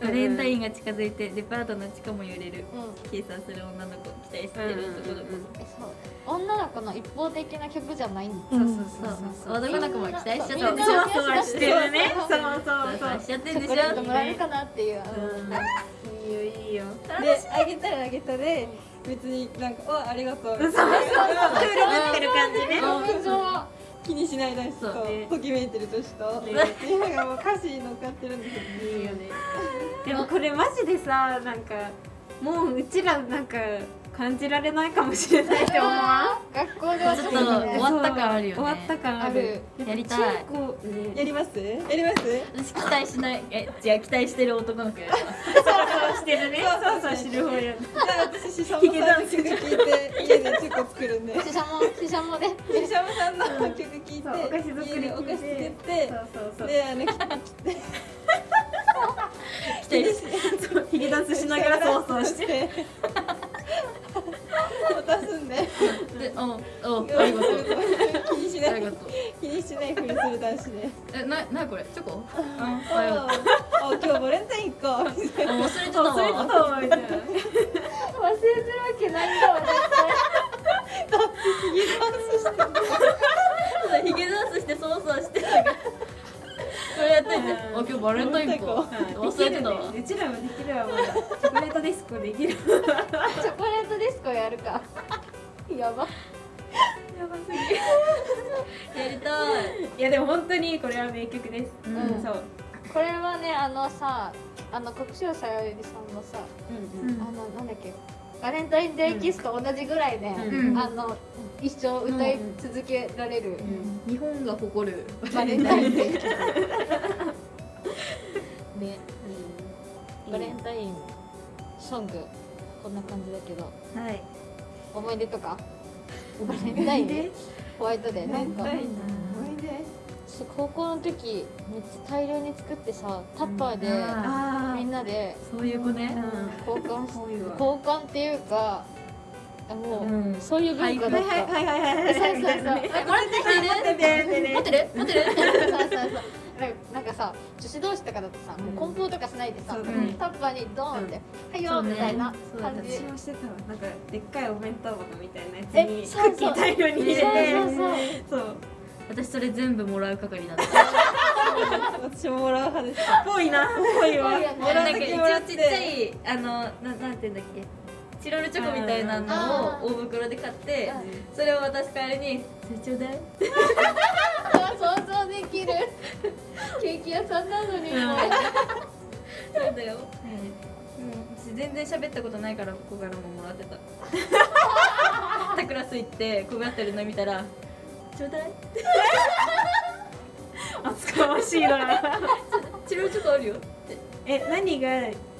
[SPEAKER 2] バレンタインが近づいてデパートの地下も揺れる
[SPEAKER 1] うん
[SPEAKER 2] 計算する女の子期待してる男の子
[SPEAKER 1] えそう女の子の一方的な曲じゃないんだ
[SPEAKER 4] うん
[SPEAKER 2] そう男の子も期待しちゃって
[SPEAKER 1] そうみ
[SPEAKER 2] る
[SPEAKER 1] ん
[SPEAKER 2] で
[SPEAKER 1] な
[SPEAKER 2] しょ
[SPEAKER 3] そわしてるねそうそう
[SPEAKER 2] そうしちゃってるで
[SPEAKER 1] チ
[SPEAKER 2] し
[SPEAKER 1] ョコレート
[SPEAKER 2] ょ
[SPEAKER 1] もらえるかなっていう
[SPEAKER 3] そういいよいいよ
[SPEAKER 4] であげたらあげたで別になんか「おありがとう」
[SPEAKER 3] クールぶってる感じね
[SPEAKER 1] 表情は
[SPEAKER 4] 気にしない男子
[SPEAKER 2] そう
[SPEAKER 4] と、
[SPEAKER 3] ね
[SPEAKER 4] ときめいてる女子と、
[SPEAKER 3] ね
[SPEAKER 4] っていうのがもう歌詞に乗っかってるんですよね
[SPEAKER 3] いいよねでもこれマジでさなんかもううちらなんか感じられないかもしれないって思わん
[SPEAKER 1] 学校ではちょっ
[SPEAKER 2] ちょっと
[SPEAKER 1] とね
[SPEAKER 2] 終わった感あるよね
[SPEAKER 3] 終わった感あ
[SPEAKER 1] あ
[SPEAKER 3] る
[SPEAKER 1] る
[SPEAKER 2] やりたい
[SPEAKER 3] こうね
[SPEAKER 4] やりますやりま
[SPEAKER 2] 私
[SPEAKER 4] す
[SPEAKER 2] 期待しないえじゃあ期待してる男の子やるわ
[SPEAKER 3] そうしてるねそうそうしてる方や
[SPEAKER 4] じゃあ私ししゃもさんの曲聴いて家でチョコ作るんで
[SPEAKER 1] シシャモシシャモで
[SPEAKER 4] ししゃもさんの曲聴いて
[SPEAKER 3] そうお菓子作
[SPEAKER 4] 家
[SPEAKER 3] り
[SPEAKER 4] でお菓子
[SPEAKER 3] そ
[SPEAKER 4] 作って
[SPEAKER 3] うそうそう
[SPEAKER 4] であの
[SPEAKER 2] 期待し
[SPEAKER 3] そうヒゲダンスしながらそうそうして
[SPEAKER 4] て渡すんで
[SPEAKER 2] ておおありがとう
[SPEAKER 4] 気にし
[SPEAKER 2] あ
[SPEAKER 4] な
[SPEAKER 2] り
[SPEAKER 4] い
[SPEAKER 2] がとう
[SPEAKER 4] 気にしないふりする男子で
[SPEAKER 2] えななこれチョコあありがとう
[SPEAKER 4] あお今日バレンタインかみたいな
[SPEAKER 3] 忘れてたわ忘れてたわみたいな
[SPEAKER 1] 忘れてるわけないんだわ絶対
[SPEAKER 5] ヒゲダンスして操作してたけどそれやっててあ今日バレンタインか忘れてたわ
[SPEAKER 3] できるねうちらもできるわまだチョコレートディスコできる
[SPEAKER 1] チョコレートディスコやる かやば
[SPEAKER 3] やばすぎ
[SPEAKER 5] やりたい
[SPEAKER 3] いやでも本当にこれは名曲です、
[SPEAKER 5] うん
[SPEAKER 3] そう、
[SPEAKER 1] これはねあのさあの国生さよりさんのさ、
[SPEAKER 3] うん
[SPEAKER 1] あのなんだっけバレンタインデーキスと同じぐらいね、
[SPEAKER 3] うん
[SPEAKER 5] うん
[SPEAKER 1] あの一生歌い続けられる、
[SPEAKER 5] 日本が誇る
[SPEAKER 1] バレンタインデーキス
[SPEAKER 6] ね
[SPEAKER 1] バレンタインソングこんな感じだけど
[SPEAKER 5] はい
[SPEAKER 1] 思い出とかバレンタイン
[SPEAKER 5] で
[SPEAKER 1] ホワイトデーなんか
[SPEAKER 4] バレンタイン
[SPEAKER 2] 思い出
[SPEAKER 1] そう高校の時めっちゃ大量に作ってさタッパーで
[SPEAKER 3] あ
[SPEAKER 1] みんなで
[SPEAKER 5] そういう子ね
[SPEAKER 1] 交換し
[SPEAKER 3] こういうわ
[SPEAKER 1] 交換っていうかあもう、
[SPEAKER 3] うん
[SPEAKER 1] そういう文化だった、
[SPEAKER 3] はいはいはいはいはい
[SPEAKER 1] そうそうそう
[SPEAKER 3] えこれってきてる
[SPEAKER 1] 持ってる持ってるそうそうそうなんかなんかさ女子同士とかだとさ、もう梱包とかしないでさ、
[SPEAKER 3] そう
[SPEAKER 5] だね
[SPEAKER 1] タッパーにドーンって「はいよ」みたいな
[SPEAKER 5] そうだね
[SPEAKER 1] 感じ
[SPEAKER 3] 私もしてたわなんかでっかいお弁当箱みたいなやつ
[SPEAKER 1] え
[SPEAKER 3] に
[SPEAKER 1] そう
[SPEAKER 3] クッキ
[SPEAKER 1] そう
[SPEAKER 3] ー大量に入れて
[SPEAKER 1] そうそうそう
[SPEAKER 3] そう
[SPEAKER 5] 私それ全部もらう係になった
[SPEAKER 4] 私ももらう派です
[SPEAKER 3] ぽいなぽいわ
[SPEAKER 1] そうやね
[SPEAKER 5] なんか一応ちっちゃいあのななんていうんだっけチロルチョコみたいなのを大袋で買ってそれを私代わりに「成長だよ
[SPEAKER 1] 想像で きるケーキ屋さんなのにもう
[SPEAKER 5] そうだよ」私全然喋ったことないからここからももらっ てた他クラス行ってこがってるの見たら「ちょうだい
[SPEAKER 3] 厚かましいな
[SPEAKER 5] チロルチョコあるよ」
[SPEAKER 3] え何が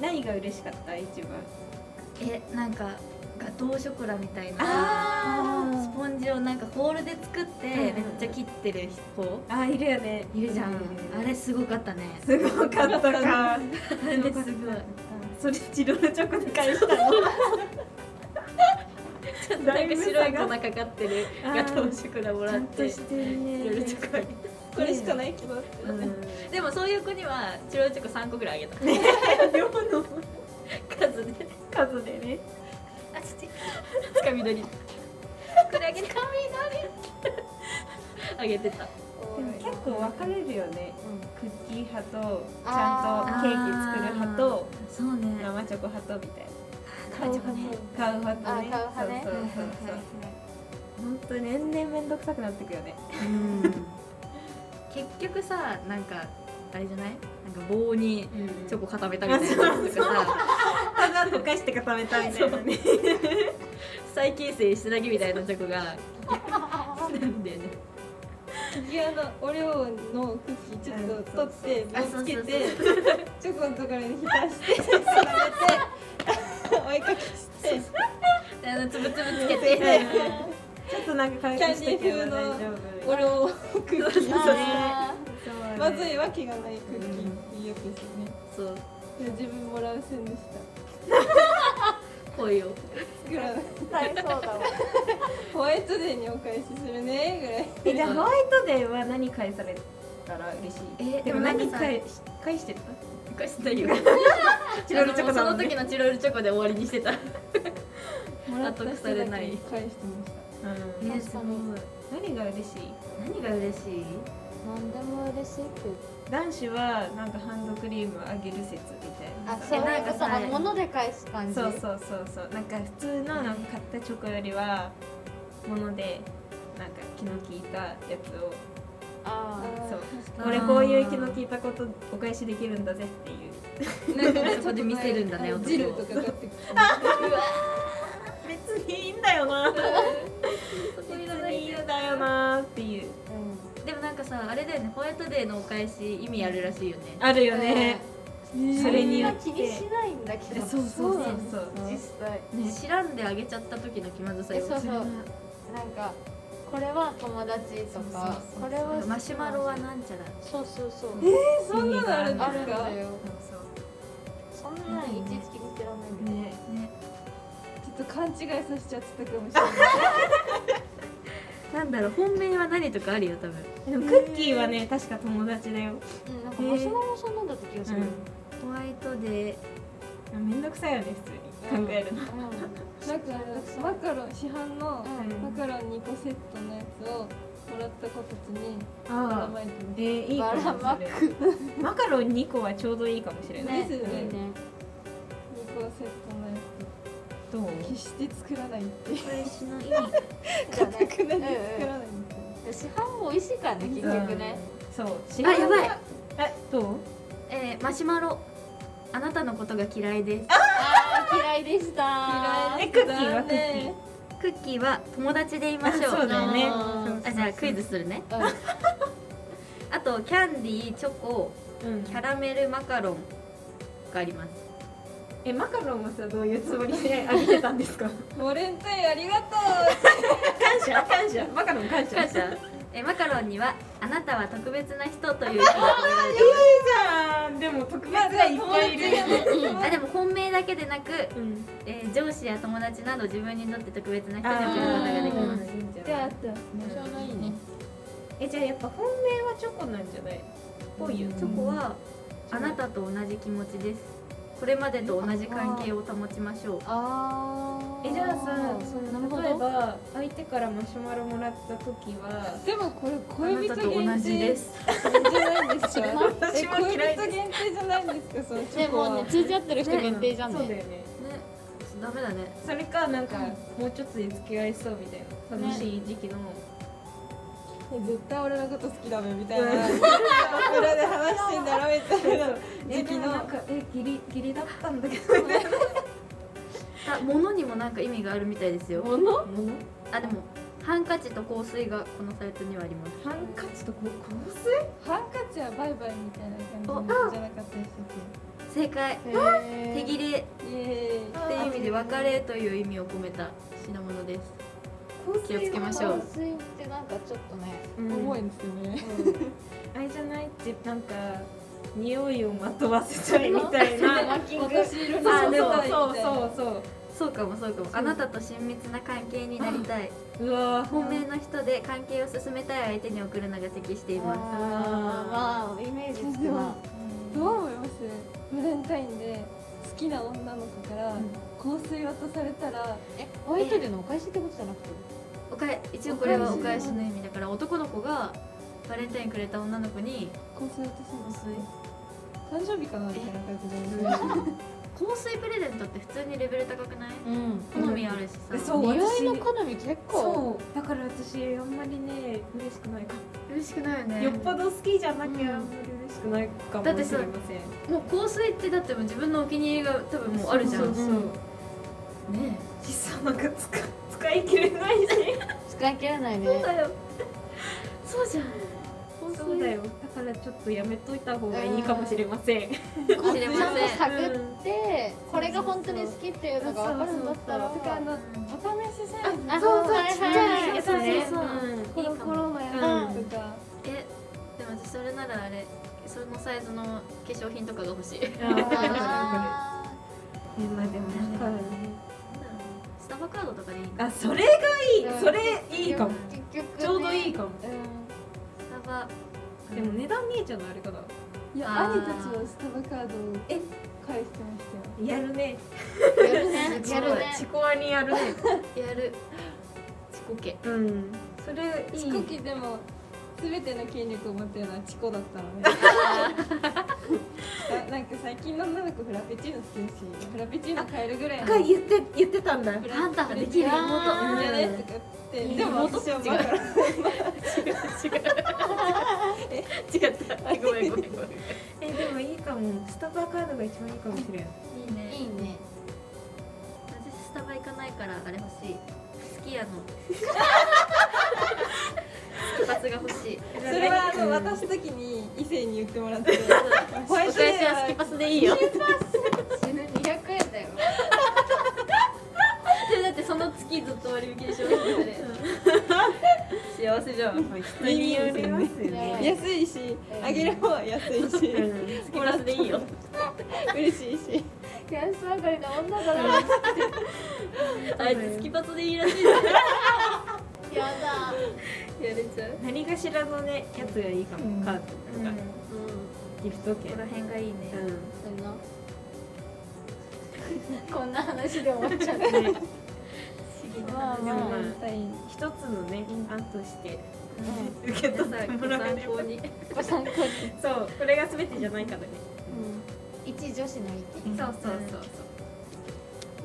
[SPEAKER 3] 何が嬉しかった一番
[SPEAKER 5] えなんかガトーショコラみたい
[SPEAKER 3] あ
[SPEAKER 5] スポンジをなんかホールで作ってめっちゃ切ってる子
[SPEAKER 3] あいるよね
[SPEAKER 5] いるじゃん
[SPEAKER 3] うん
[SPEAKER 5] あれすごかったね
[SPEAKER 3] すごかったか
[SPEAKER 5] あれすごい
[SPEAKER 3] それチロルチョコで返 したのちょっと
[SPEAKER 5] なんか白い粉かかってる
[SPEAKER 3] あー
[SPEAKER 5] ガトーショコラもらってチ
[SPEAKER 3] てるね
[SPEAKER 5] ロルチョコあげた
[SPEAKER 4] これしかないけどって
[SPEAKER 5] でもそういう子にはチロルチョコ3個ぐらいあげた
[SPEAKER 3] 量の
[SPEAKER 5] 数で
[SPEAKER 3] 数でね
[SPEAKER 5] あちっちゃいつかみ取りこれあげてつかみ取りあげてた
[SPEAKER 3] でも結構分かれるよね、クッキー派とち
[SPEAKER 1] あ
[SPEAKER 3] ゃんとケーキ作る派と
[SPEAKER 5] そうね
[SPEAKER 3] 生チョコ派とみたいな
[SPEAKER 5] 生チョコね
[SPEAKER 3] 買う派とね
[SPEAKER 1] あ買う派ね
[SPEAKER 3] そうそうそうそう本当年々面倒くさくなってくよね
[SPEAKER 5] 結局さなんかあれじゃないなんか棒にチョコ固めたみたいなやつとかさ
[SPEAKER 3] ただ溶かして固めたみたいなね
[SPEAKER 5] 再形成してだけみたいなチョコがなんだよね
[SPEAKER 4] 次あのオレオのクッキーちょっと取って
[SPEAKER 5] あ
[SPEAKER 4] 棒つけて
[SPEAKER 5] そうそうそう
[SPEAKER 4] チョコのところに浸してそれて お絵かきして
[SPEAKER 5] あのつぶつぶつけて
[SPEAKER 3] ちょっとなんか可愛くしたけど大丈夫
[SPEAKER 4] オレオクッキー
[SPEAKER 3] そうだね
[SPEAKER 4] まずいわけがないクッキーっていうやつですよね
[SPEAKER 5] そう
[SPEAKER 4] でも自分もらうせんでした
[SPEAKER 5] 恋を
[SPEAKER 4] 作らない
[SPEAKER 1] 大そうだわ
[SPEAKER 4] ホワイトデーにお返しするねぐら
[SPEAKER 3] え
[SPEAKER 4] い
[SPEAKER 3] じゃあホワイトデーは何返されたら嬉しい
[SPEAKER 5] え
[SPEAKER 3] でも何返
[SPEAKER 5] 返
[SPEAKER 3] し返してた
[SPEAKER 5] してないよ
[SPEAKER 3] チロルチョコだ
[SPEAKER 5] あの
[SPEAKER 3] も
[SPEAKER 5] そ
[SPEAKER 3] ん
[SPEAKER 5] の
[SPEAKER 3] ね
[SPEAKER 5] 時のチロルチョコで終わりにしてた
[SPEAKER 4] もらった人
[SPEAKER 5] 後腐
[SPEAKER 4] だ
[SPEAKER 5] れない
[SPEAKER 4] け返してました
[SPEAKER 3] うん
[SPEAKER 5] えすごい
[SPEAKER 3] 何が嬉しい
[SPEAKER 5] 何が嬉しい
[SPEAKER 1] 何でも嬉しく
[SPEAKER 3] 男子はなんかハンドクリームあげる説みたい
[SPEAKER 1] あ
[SPEAKER 3] な
[SPEAKER 1] そうなんかさ、
[SPEAKER 5] はい
[SPEAKER 1] あ物で返す感じ
[SPEAKER 3] そうそうそうそうなんか普通のなんか買ったチョコよりはものでなんか気の利いたやつを
[SPEAKER 1] あー
[SPEAKER 3] そう
[SPEAKER 5] あー
[SPEAKER 3] これこういう気の利いたことお返しできるんだぜっていう
[SPEAKER 5] なんかそこで見せるんだね男
[SPEAKER 4] ジル
[SPEAKER 5] を
[SPEAKER 4] とか買ってきて
[SPEAKER 3] 別にいいんだよ な別にいいんだよなっていう
[SPEAKER 5] でもなんかさあれだよねホワイトデーのお返し意味あるらしいよね
[SPEAKER 3] あるよね、それ
[SPEAKER 1] み
[SPEAKER 3] によ
[SPEAKER 1] んな
[SPEAKER 3] って
[SPEAKER 1] 気にしないんだけど
[SPEAKER 3] そうそうそうそう
[SPEAKER 1] 実際
[SPEAKER 5] 知らんであげちゃった時の気まずさ
[SPEAKER 1] え
[SPEAKER 5] よ
[SPEAKER 1] そうそうなんかこれは友達とかこれは
[SPEAKER 5] マシュマロはなんちゃら
[SPEAKER 1] そうそうそう
[SPEAKER 4] えそんなのあるんで
[SPEAKER 1] あ
[SPEAKER 4] す
[SPEAKER 1] るん
[SPEAKER 4] か
[SPEAKER 1] だよ
[SPEAKER 3] そう
[SPEAKER 1] そんなんいちいち気にしてらんないんだよ
[SPEAKER 3] ね
[SPEAKER 5] ね
[SPEAKER 4] ちょっと勘違いさせちゃってたかもしれない
[SPEAKER 5] なんだろう本命は何とかあるよ多分
[SPEAKER 3] でもクッキーはね確か友達だよ
[SPEAKER 1] うんなんかマシュマロさんなんだった気がする、
[SPEAKER 5] ホワイトデー
[SPEAKER 3] めんどくさいよね普通に考えるの
[SPEAKER 4] なんかマカロン市販のマカロン2個セットのやつをもらった子たちにばら
[SPEAKER 3] あ
[SPEAKER 4] まいて
[SPEAKER 3] えー、いいか
[SPEAKER 1] ば
[SPEAKER 3] も
[SPEAKER 1] らま
[SPEAKER 3] それマカロン2個はちょうどいいかもしれない、
[SPEAKER 4] ますですよ
[SPEAKER 1] いい
[SPEAKER 4] ね
[SPEAKER 1] ね
[SPEAKER 4] 2個セットのや
[SPEAKER 3] どう
[SPEAKER 4] つ決して作らないって
[SPEAKER 5] これしない
[SPEAKER 1] じゃあ
[SPEAKER 4] 作らな
[SPEAKER 1] ね
[SPEAKER 4] い作らないんで
[SPEAKER 1] うんうん市販も美味しいからね結局ね、
[SPEAKER 3] そう市
[SPEAKER 5] あやばい
[SPEAKER 3] えどう
[SPEAKER 5] えー、マシュマロあなたのことが嫌いです
[SPEAKER 1] あー嫌いでした
[SPEAKER 4] 嫌
[SPEAKER 3] え
[SPEAKER 4] い
[SPEAKER 3] クッキーはクッキー
[SPEAKER 5] クッキーは友達でいましょう
[SPEAKER 3] あそうだよね
[SPEAKER 1] あ
[SPEAKER 5] あじゃあクイズするね、
[SPEAKER 1] うん
[SPEAKER 5] あとキャンディーチョコ
[SPEAKER 3] うん
[SPEAKER 5] キャラメルマカロンがあります
[SPEAKER 3] えマカロンはさどういうつもりであげてたんですか
[SPEAKER 4] すバレンタインありがと
[SPEAKER 3] 感謝感謝マカロン感謝
[SPEAKER 5] 感謝えマカロンにはあなたは特別な人という 人が込められて
[SPEAKER 3] ゃんでも特別はいっぱいいる
[SPEAKER 5] ますあでも本命だけでなく、
[SPEAKER 3] うん
[SPEAKER 5] えー上司や友達など自分にとって特別な人に贈ることができます
[SPEAKER 4] うじゃああった
[SPEAKER 1] しょうがいいね
[SPEAKER 3] えじゃあやっぱ本命はチョコなんじゃないぽいよ
[SPEAKER 5] チョコはあなたと同じ気持ちですこれまでと同じ関係を保ちましょう
[SPEAKER 1] あー
[SPEAKER 3] えじゃあさ
[SPEAKER 1] そ
[SPEAKER 3] そ
[SPEAKER 1] なるほど
[SPEAKER 3] の例えば相手からマシュマロもらった時は
[SPEAKER 4] でもこれ
[SPEAKER 5] あ
[SPEAKER 4] 恋人
[SPEAKER 5] なたと同
[SPEAKER 4] 限
[SPEAKER 5] じ
[SPEAKER 4] 定
[SPEAKER 5] です
[SPEAKER 4] じゃないんですかえ
[SPEAKER 3] 私も
[SPEAKER 4] 恋
[SPEAKER 3] 嫌い
[SPEAKER 4] 人限定じゃないんですかそのチ
[SPEAKER 1] で
[SPEAKER 4] ョコは
[SPEAKER 1] もね通じ合ってる人限定じゃんね
[SPEAKER 3] そうだよね
[SPEAKER 5] ね、ダメだね。
[SPEAKER 3] それかなんかもうちょっとで付き合いそうみたいな楽しい時期の
[SPEAKER 4] 絶対俺のこと好きだべみたいな裏で話してんだろみたいな
[SPEAKER 3] え
[SPEAKER 4] 時
[SPEAKER 3] で
[SPEAKER 4] 期
[SPEAKER 3] も
[SPEAKER 4] の
[SPEAKER 3] なんかえギリギリだったんだけどみたいな
[SPEAKER 5] あ、物にもなんか意味があるみたいですよ。
[SPEAKER 1] もの
[SPEAKER 5] あ、でもハンカチと香水がこのサイトにはあります。
[SPEAKER 3] ハンカチとこ香
[SPEAKER 4] ハンカチはバイバイみたいな感じのじゃなかったでしたっ
[SPEAKER 5] 正解。
[SPEAKER 4] け
[SPEAKER 5] 手切れって
[SPEAKER 4] イエーイ
[SPEAKER 5] いう意味で別れという意味を込めた品物です。
[SPEAKER 3] 水
[SPEAKER 5] 気をつけましょう。
[SPEAKER 1] 水ってなんかちょっとね
[SPEAKER 4] 重いんですよね
[SPEAKER 3] あれじゃないってなんか匂いをまとわせたいみたいな
[SPEAKER 4] 私
[SPEAKER 3] そうそ
[SPEAKER 4] 色に
[SPEAKER 3] う
[SPEAKER 4] 染めたいみ
[SPEAKER 3] そう
[SPEAKER 4] たいな
[SPEAKER 3] そう
[SPEAKER 5] そうかもそうかも。あなたと親密な関係になりたい。
[SPEAKER 3] そううわ
[SPEAKER 5] 本命の人で関係を進めたい相手に送るのが適していま
[SPEAKER 1] あーまあイメージつくな
[SPEAKER 4] どう思いますバレンタインで好きな女の子から香水渡されたら
[SPEAKER 1] えホワイトデーのお返しってことじゃなくて
[SPEAKER 5] す。おかえ一応これはお返しの意味だから男の子がバレンタインくれた女の子に
[SPEAKER 4] 香水渡すの誕
[SPEAKER 5] 香水
[SPEAKER 4] 生日かなみたいな感じでね
[SPEAKER 5] 香水プレゼントって普通にレベル高くない？
[SPEAKER 1] うん
[SPEAKER 5] 好みあるしさ。
[SPEAKER 3] えそう
[SPEAKER 1] 恋愛
[SPEAKER 3] 私
[SPEAKER 1] の好み結構
[SPEAKER 3] そうだから私あんまりね嬉しくないかも、
[SPEAKER 5] 嬉しくないよね
[SPEAKER 3] よっぽど好きじゃなきゃ
[SPEAKER 1] う
[SPEAKER 3] あ
[SPEAKER 1] ん
[SPEAKER 3] んまり嬉しくないかもしれません、
[SPEAKER 5] もう香水ってだってもう自分のお気に入りが多分もうあるじゃん
[SPEAKER 3] そうそうそ
[SPEAKER 1] う
[SPEAKER 3] う
[SPEAKER 1] ん
[SPEAKER 5] ね
[SPEAKER 3] 実際なんか使使い切れないし
[SPEAKER 1] 使い切らないね
[SPEAKER 5] そうだよそうじゃん香
[SPEAKER 3] そうだ
[SPEAKER 5] 水
[SPEAKER 3] よだからちょっとやめといた方がいいかもしれません
[SPEAKER 5] かもしれま
[SPEAKER 1] ちゃんと
[SPEAKER 5] せん
[SPEAKER 1] 探ってこれが本当に好きっていうのが分かるんだったら
[SPEAKER 4] とかあのお試しサイズ
[SPEAKER 1] あそうそうはいはい
[SPEAKER 5] ちっちゃいやつね
[SPEAKER 3] そう
[SPEAKER 4] コロコロのやつとか
[SPEAKER 5] えでも私それならあれそのサイズの化粧品とかが欲しい
[SPEAKER 3] そううんあーわかるわか
[SPEAKER 1] あ
[SPEAKER 3] るえまあでもなんかね
[SPEAKER 5] スタバカードとかでいいの
[SPEAKER 3] あそれがいいそれいいかも
[SPEAKER 1] ー結局ね
[SPEAKER 3] ちょうどいいかも
[SPEAKER 1] うん
[SPEAKER 5] スタバ
[SPEAKER 3] でも値段見えちゃうのあれかない
[SPEAKER 4] や
[SPEAKER 5] あー
[SPEAKER 4] 兄たちはスタバカードを返してましたよ
[SPEAKER 3] やるね
[SPEAKER 1] やるねやるね
[SPEAKER 3] チコワにやるね
[SPEAKER 5] やるチコケ
[SPEAKER 3] うんそれい
[SPEAKER 4] チ
[SPEAKER 3] い
[SPEAKER 4] コキでも全ての筋力を持ってるのはチコだったのね ななんか最近の女の子フラペチーノ好きだしフラペチーノ買えるぐらいの
[SPEAKER 3] が言って言ってたんだ
[SPEAKER 4] フ
[SPEAKER 5] あ
[SPEAKER 4] ラ
[SPEAKER 5] んたができ
[SPEAKER 4] ペ
[SPEAKER 5] る妹
[SPEAKER 4] チーノじゃねとか言ってでも私はバカラ
[SPEAKER 5] 違った ごめんごめんごめん
[SPEAKER 3] えでもいいかもスタバカードが一番いいかもしれん
[SPEAKER 5] いいね
[SPEAKER 1] いいね
[SPEAKER 5] 私スタバ行かないからあれ欲しいスキヤのスキパスが欲しい
[SPEAKER 4] それはあの渡す時に異性に言ってもらって
[SPEAKER 5] お返しはスキパスでいいよ
[SPEAKER 1] 死ぬ200円だよ
[SPEAKER 5] でだってその月ずっと割引でしょ幸せじゃん
[SPEAKER 3] 人によりますよね
[SPEAKER 1] ね
[SPEAKER 4] 安いしあげる方は安いし
[SPEAKER 5] スキパスでいいよ
[SPEAKER 4] 嬉しいし
[SPEAKER 1] 安上がりの女だな
[SPEAKER 5] あいつスキパスでいいらしいですよ
[SPEAKER 1] やだ
[SPEAKER 5] やれちゃう
[SPEAKER 3] 何かしらのねやつがいいかも、
[SPEAKER 5] うん
[SPEAKER 3] カードとか、ギフト
[SPEAKER 5] こ
[SPEAKER 3] 券
[SPEAKER 5] こら辺がいいね
[SPEAKER 3] う
[SPEAKER 1] そんなこんな話で終わっちゃう
[SPEAKER 3] うんね
[SPEAKER 4] まあ
[SPEAKER 3] でも
[SPEAKER 4] ま
[SPEAKER 3] まあ
[SPEAKER 4] あみたいに
[SPEAKER 3] 一つのね案として、受け取ってもらえ
[SPEAKER 5] 参
[SPEAKER 3] れば
[SPEAKER 5] 考に
[SPEAKER 4] ご参考に
[SPEAKER 3] そうこれが全てじゃないからね、
[SPEAKER 1] 一女子の意見
[SPEAKER 3] そうそうそ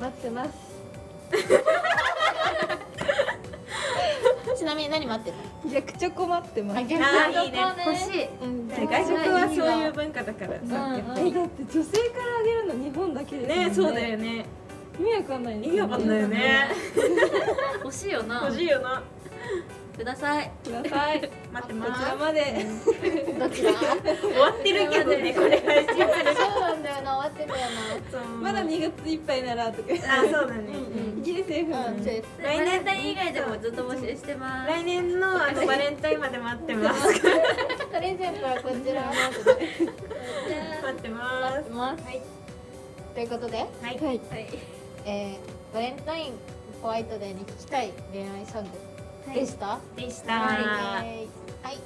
[SPEAKER 3] う
[SPEAKER 4] 待ってます
[SPEAKER 1] ちなみに何待って
[SPEAKER 4] 逆チョコ待ってます
[SPEAKER 1] た
[SPEAKER 4] え
[SPEAKER 1] の
[SPEAKER 3] あーいいね
[SPEAKER 5] 欲しい
[SPEAKER 4] うん
[SPEAKER 3] そう外国はそういう文化だからさ、やっぱ
[SPEAKER 4] えだって女性からあげるの日本だけですもん
[SPEAKER 3] ねそうだよね
[SPEAKER 4] 意味わかんないです
[SPEAKER 3] 意味わかんないよね
[SPEAKER 5] 欲しいよな
[SPEAKER 3] 欲しいよな
[SPEAKER 5] ください
[SPEAKER 4] くださいこ
[SPEAKER 3] 待って ます
[SPEAKER 4] ちらまで
[SPEAKER 1] どっちだ
[SPEAKER 3] 終わってるけどねこれ配信され
[SPEAKER 1] そうなんだよな終わってたよ
[SPEAKER 3] そう
[SPEAKER 4] まだ2月いっぱいならとか
[SPEAKER 3] あそうだね、
[SPEAKER 4] イギリス F
[SPEAKER 1] な
[SPEAKER 4] なん
[SPEAKER 1] うんセー
[SPEAKER 4] で
[SPEAKER 1] フ
[SPEAKER 3] 来
[SPEAKER 5] バ
[SPEAKER 3] 年
[SPEAKER 5] レンタイン以外でもずっと募集してます
[SPEAKER 3] 来年のあのバレンタインまで待ってます待
[SPEAKER 1] プレゼントはこちら
[SPEAKER 3] ってます
[SPEAKER 1] ますということで、
[SPEAKER 3] はい
[SPEAKER 4] はい
[SPEAKER 1] えーバレンタインホワイトデーに聞きたい恋愛ソングでした、
[SPEAKER 3] でした、
[SPEAKER 1] はい、はい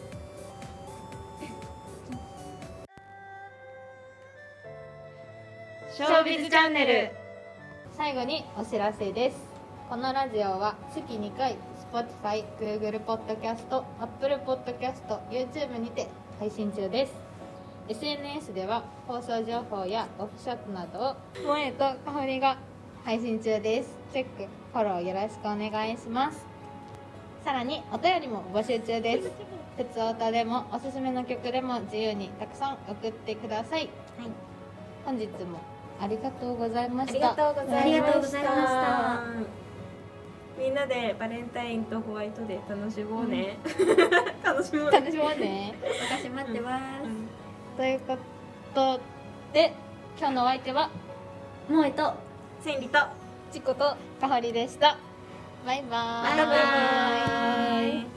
[SPEAKER 7] ショービズチャンネル
[SPEAKER 1] 最後にお知らせですこのラジオは月2回 Spotify、Google Podcast、Apple Podcast、YouTube にて配信中です SNS では放送情報やオフショットなどを萌えと香りが配信中ですチェック、フォローよろしくお願いしますさらにお便りも募集中です「鉄オタ」でもおすすめの曲でも自由にたくさん送ってください、本日もありがとうございました
[SPEAKER 3] とうご
[SPEAKER 5] ありがとうございました
[SPEAKER 3] みんなでバレンタインとホワイトデー楽しもうね、 楽しもうね
[SPEAKER 1] 楽しもうね
[SPEAKER 5] 私待ってます、
[SPEAKER 1] ということで今日のお相手は
[SPEAKER 5] もうえと
[SPEAKER 3] 千里と
[SPEAKER 1] チコとかほりでしたバイバーイ
[SPEAKER 5] バイバーイ
[SPEAKER 3] イ